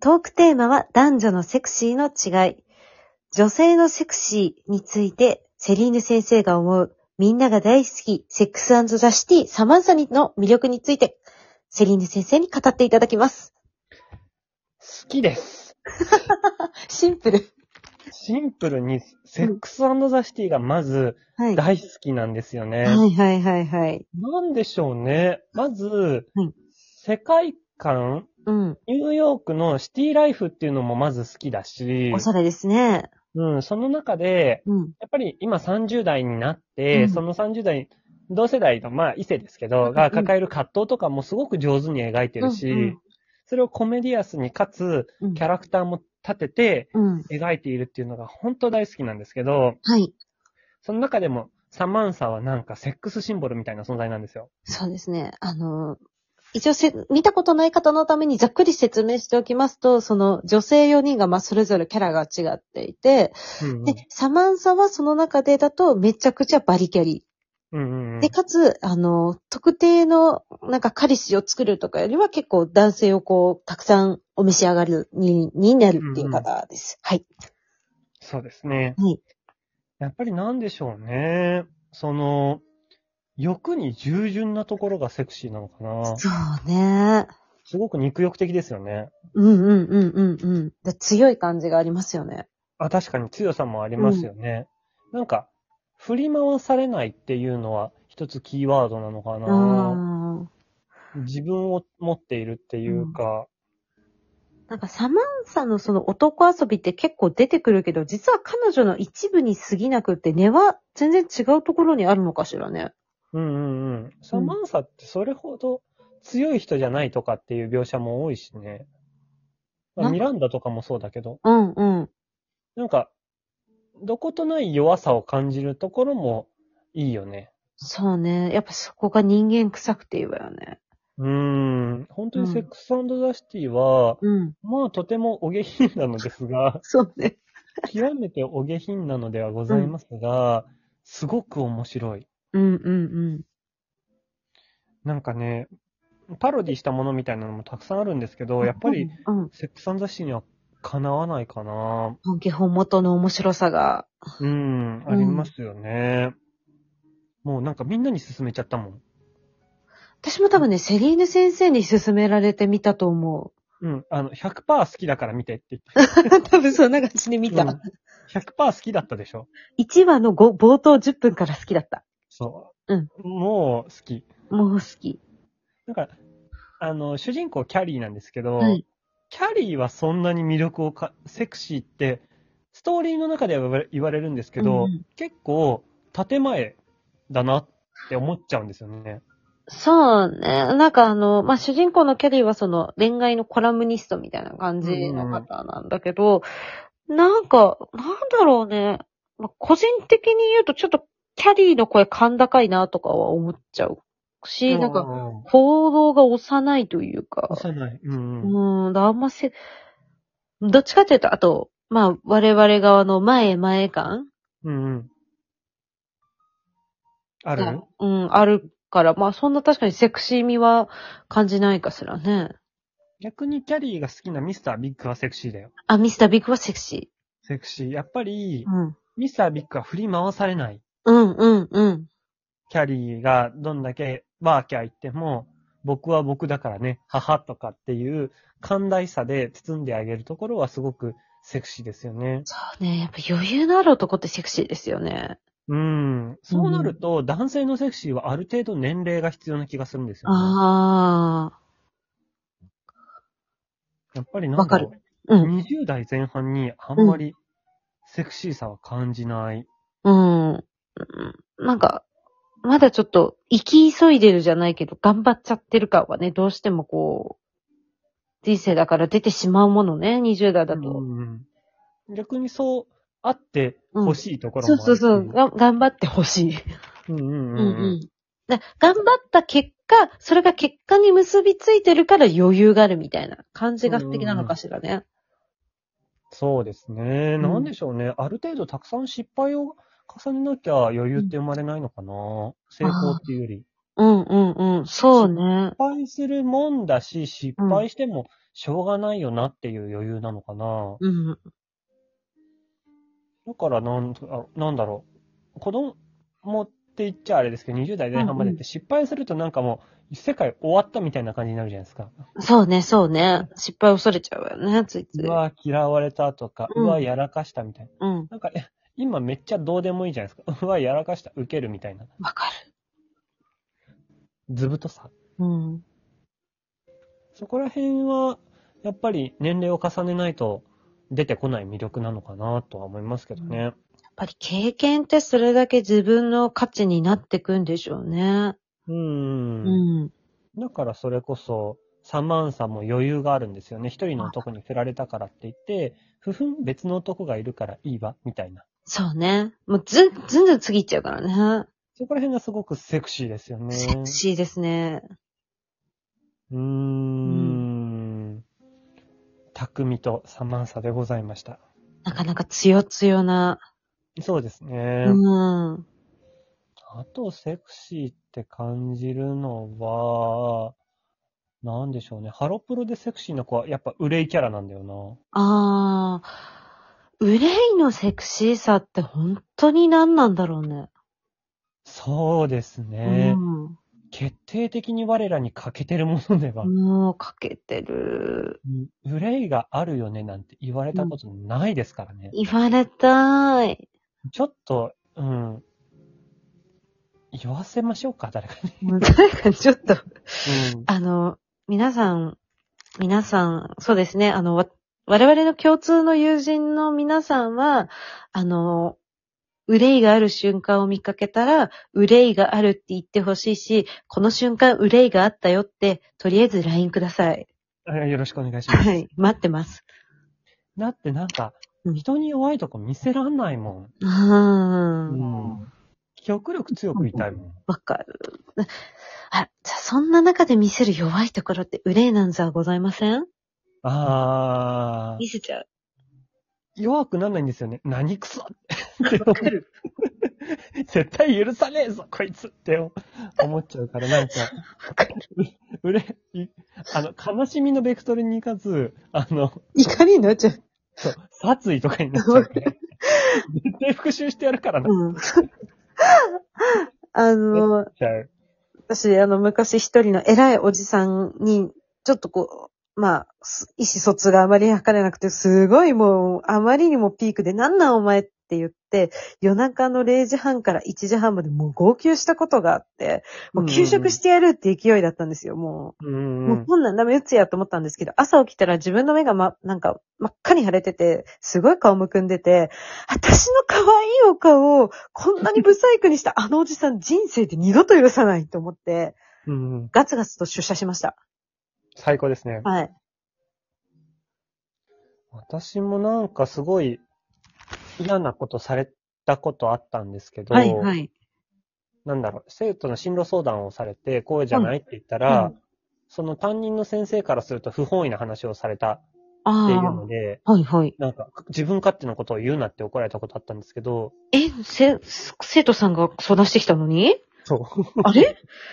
トークテーマは男女のセクシーの違い。女性のセクシーについて、セリーヌ先生が思う、みんなが大好き、セックスザ・シティ、サマンサにの魅力について、セリーヌ先生に語っていただきます。好きです。シンプル。シンプルに、セックスザシティがまずはい。は大好きなんですよね。いはいはいはい。なんでしょうね。まず、はい世界観、うん。ニューヨークのシティライフっていうのもまず好きだしお、しゃれですね。うん、その中で、うん。やっぱり今30代になっうて、んその30代、同世代の、まあ、異性ですけうんうど、んが抱える葛藤とかもすごく上手に描いてるし、うんうんそれをコメディアスにかつ、うんキャラクターも立ててうん。描いているっていうのが本当大好きなんですけど、はい。その中でもサマンサはなんかセックスシンボルみたいな存在なんですよ。そうですね。あの、一応せ、見たことない方のためにざっくり説明しておきますと、その女性4人がまあそれぞれキャラが違っていて、うんで、サマンサはその中でだとめちゃくちゃバリキャリ。うんうんうんで、かつ、あの、特定のなんか彼氏を作るとかよりは結構男性をこう、たくさんお召し上がるに、になるっていう方です。はい。そうですね。はいやっぱりなんでしょうね。その、欲に従順なところがセクシーなのかな。そうね。すごく肉欲的ですよね。うんうんうんうんうんで。強い感じがありますよね。あ、確かに強さもありますよね。なんか、振り回されないっていうのは一つキーワードなのかな。ああ。自分を持っているっていうか、なんかサマンサのその男遊びって結構出てくるけど、実は彼女の一部に過ぎなくって根は全然違うところにあるのかしらね。うんうんうん。サマンサってそれほど強い人じゃないとかっていう描写も多いしね。まなんかあ、ミランダとかもそうだけど、うんうん。なんか、どことない弱さを感じるところもいいよね。そうね。やっぱそこが人間臭くていいわよね。うーん。本当にうんセックスザシティは、うん。、まあとてもお下品なのですが そうね。極めてお下品なのではございますが、すごく面白い。うんうんなんかね、パロディしたものみたいなのもたくさんあるんですけうど、ん。やっぱり、うん。うん。セックス雑誌にはかなわないかな。本家本元の面白さが。うん、ありますよね。もうなんかみんなに勧めちゃったもん。私も多分ね、セリーヌ先生に勧められてみたと思うん、あの、100%好きだから見てって言って。う。 多分そんな感じで見た。うん100%好きだったでしょ1話のご冒頭10分から好きだった。そう。うんもう好き。もう好き。だから、あの、主人公キャリーなんですけど、はいキャリーはそんなに魅力をか、セクシーって、ストーリーの中では言われ言われるんですけど、うんうん結構、建前だなって思っちゃうんですよね。そうね。なんかあの、まあ、主人公のキャリーはその恋愛のコラムニストみたいな感じの方なんだけど、なんか、なんだろうね。まあ、個人的に言うとちょっとキャリーの声甲高いなとかは思っちゃうし、なんか、か、行動が幼いというか。幼い。うんうん。うん、だあんませ、どっちかというと、あと、まあ、我々側の前へ前へ感うんうん。あるがうん、あるから、まあ、そんな確かにセクシー味は感じないかしらね。逆にキャリーが好きなミスタービッグはセクシーだよ。あ、ミスタービッグはセクシセクシー。やっぱりー。、うん。ミスタービッグは振り回されない。うん、うん、うん。キャリーがどんだけワーキャー言っても、僕は僕だからね、母とかっていう寛大さで包んであげるところはすごくセクシーですよね。そうね、やっぱ余裕のある男ってセクシーですよね。うん。そうなると、男性のセクシーはある程度年齢が必要な気がするんですよ、ね。ああ。やっぱりなんだろうわうん、 20代前半にあんまりセクシーさは感じない。うん。うんなんか、まだちょっと、生き急いでるじゃないけど、頑張っちゃってる感はね、どうしてもこう、人生だから出てしまうものね、20代だと。うん逆にそうあって欲しいところもそうあるしそうそう。が頑張ってほしい。うんうんううんうん。だ頑張った結果、それが結果に結びついてるから余裕があるみたいな感じが素敵なのかしらね。そうですね。うんなんでしょうね。ある程度たくさん失敗を重ねなきゃ余裕って生まれないのかな。成功っていうより。うんうんうん。そうね。失敗するもんだし、失敗してもしょうがないよなっていう余裕なのかな。うん。だからなん、あなんだろう。子供って言っちゃあれですけど、20代前半までっうんうて失敗するとなんかもう、世界終わったみたいな感じになるじゃないですか。そうね、そうね。失敗恐れちゃうわよね、ついつい。うわ、嫌われたとか、うんうわ、やらかしたみたいな。うん。なんか、え今めっちゃどうでもいいじゃないですか。う わ、やらかした、受けるみたいな。わかる。ずぶとさ。うん。そこら辺は、やっぱり年齢を重ねないと出てこない魅力なのかなとは思いますけどね。やっぱり経験ってそれだけ自分の価値になってくんでしょうね。う。うんん。だからそれこそ、サマンサも余裕があるんですよね。一人の男に振られたからって言って、ふふん、別の男がいるからいいわ、みたいな。そうね。もうずん、ずんずん次行っちゃうからね。そこら辺がすごくセクシーですよね。セクシーですね。うーん。匠とサマンサでございました。なかなか強強な。そうですね。うん。あと、セクシーって感じるのは、なんでしょうね。ハロプロでセクシーな子は、やっぱ憂いキャラなんだよああ、憂いのセクシーさって本当に何なんだろうね。な。そうですね。うん。決定的に我らに欠けてるものでは、もうかけてる。憂いがあるよねなんて言われたことないですからね。言われたい。ちょっと、うん。言わせましょうか、誰かに。なんかちょっと、うん。あの、皆さん、皆さん、そうですね、あの、わ我々の共通の友人の皆さんは、あの、憂いがある瞬間を見かけたら、憂いがあるって言ってほしいし、この瞬間憂いがあったよって、とりあえず LINE ください。あよろしくお願いします。はい。待ってます。だってなんかう、ん人に弱いとこ見せらんないもうーん。ん。うん。極力強く言いたいもん。わかる。あ、じゃあそんな中で見せる弱いところって憂いなんざございませんあー見。せちゃう。弱くなんないんですよね。何くそって思う。 絶対許さねえぞ、こいつって思っちゃうから、なんか、わかる。うれ、いあの、悲しみのベクトルに行かず、あの、怒りになっちゃう。そう、殺意とかになっちゃうから。絶対復讐してやるからなっうん。あの、ちゃう。私、あの、昔一人の偉いおじさんに、ちょっとこう、まあ、す意思疎通があまり測れなくて、すごいもう、あまりにもピークで、なんなんお前って言って、夜中の0時半から1時半までもう号泣したことがあって、もう給食してやるって勢いだったんですよ、もう。うんう。もうんこんなんダメ打つやと思ったんですけど、朝起きたら自分の目がま、なんか真っ赤に腫れてて、すごい顔むくんでて、私の可愛いお顔をこんなにブサイクにした あのおじさん人生で二度と許さないと思って、うんうん。ガツガツと出社しました。最高ですね。はい。私もなんかすごい嫌なことされたことあったんですけど、はい、はい。なんだろう、生徒の進路相談をされて、こうじゃないって言ったら、うんその担任の先生からすると不本意な話をされたっていうあので、あ。はい、はい。なんか自分勝手なことを言うなって怒られたことあったんですけど、え、せ、生徒さんが相談してきたのにそう。あ れ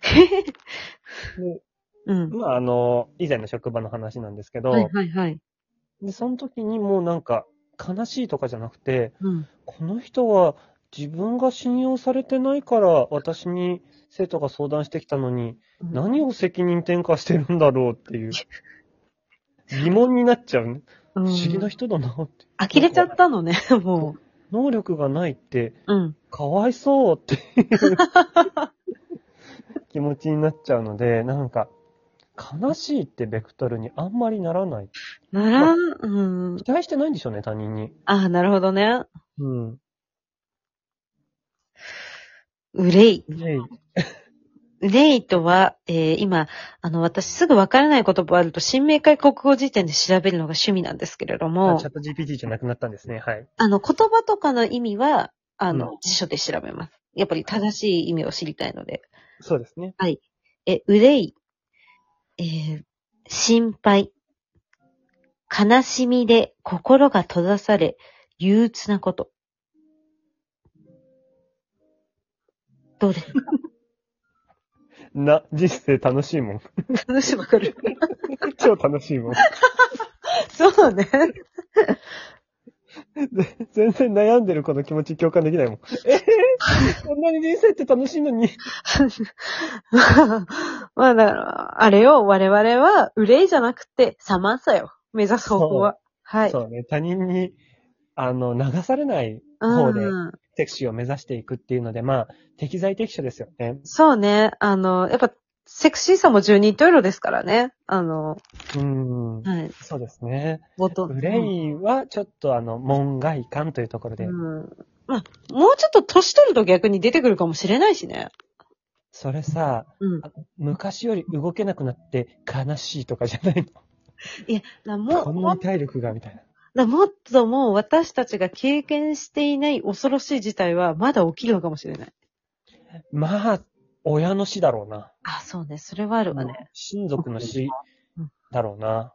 へへ。でうん。まあ、あの、以前の職場の話なんですけど、はい、はい、はい。で、その時にもうなんか、悲しいとかじゃなくて、うん。この人は自分が信用されてないから、私に生徒が相談してきたのに、何を責任転嫁してるんだろうっていう、疑問になっちゃうね。う不ん思議な人だなって。呆れちゃったのね、も能力がないって、う。うん。かわいそうっていう 気持ちになっちゃうので、なんか、悲しいってベクトルにあんまりならない。なら、うん。期待してないんでしょうね、他人に。ああ、なるほどね。うん。憂い。ね憂いとは、えー今、あの、私すぐわからない言葉あると、新明解国語辞典で調べるのが趣味なんですけれどあもチャ、ット GPT じゃなくなったんですね。はい。あの、言葉とかの意味は、あの、う辞書で調べます。やっぱり正しい意味を知りたいので。そうですね。え、憂い、えー心配、悲しみで心が閉ざされ、憂鬱なこと。どうですかな、人生楽しいもん。楽しまくる。超楽しいもん。そうね。 全然悩んでる子の気持ち共感できないもん。え ー、こんなに人生って楽しいのに。まあだから、あれよ、我々は、憂いじゃなくて、サマンサよ。目指す方法は。はい。そうね、他人に、あの、流されない方で、うん。セクシーを目指していくっていうので、まあ、適材適所ですよね。そうね。あの、やっぱ、セクシーさも十人十色ですからね。あの、うん。はい。そうですね。冒頭。憂いは、ちょっとあの、門外観というところで、うん。まあ、もうちょっと年取ると逆に出てくるかもしれないしね。それさ、うん。昔より動けなくなって悲しいとかじゃないなの。もこうんもなっに体力が、みたいな。だもっともう私たちが経験していない恐ろしい事態はまだ起きるのかもしれない。まあ、親の死だろうな。あ、そうね。それはあるわね。親族の死うんだろうな。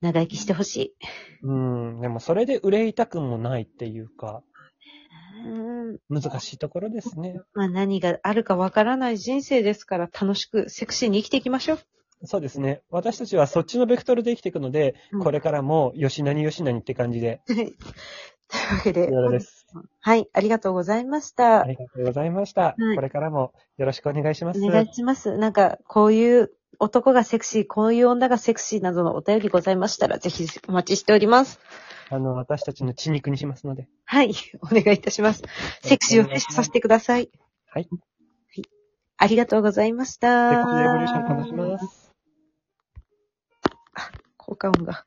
長生きしてほしうん、でもそれで憂いたくもないっていうか、い。うん。難しいところですね。まあ何があるかわからない人生ですから楽しくセクシーに生きていきましょう。そうですね。私たちはそっちのベクトルで生きていくので、うんこれからも、よしなによしなにって感じで、はいというわけでよ。ろです。はい。ありがとうございましたあ。りがとうございました。はいこれからもよろしくお願いします。お願いします。なんか、こういう男がセクシー、こういう女がセクシーなどのお便りございましたら、ぜひお待ちしております。あの、私たちの血肉にしますので。はい。お願いいたします。セクシーを摂取させてください。はいはい。ありがとうございました。セクシーエボリューション楽します。効果音が。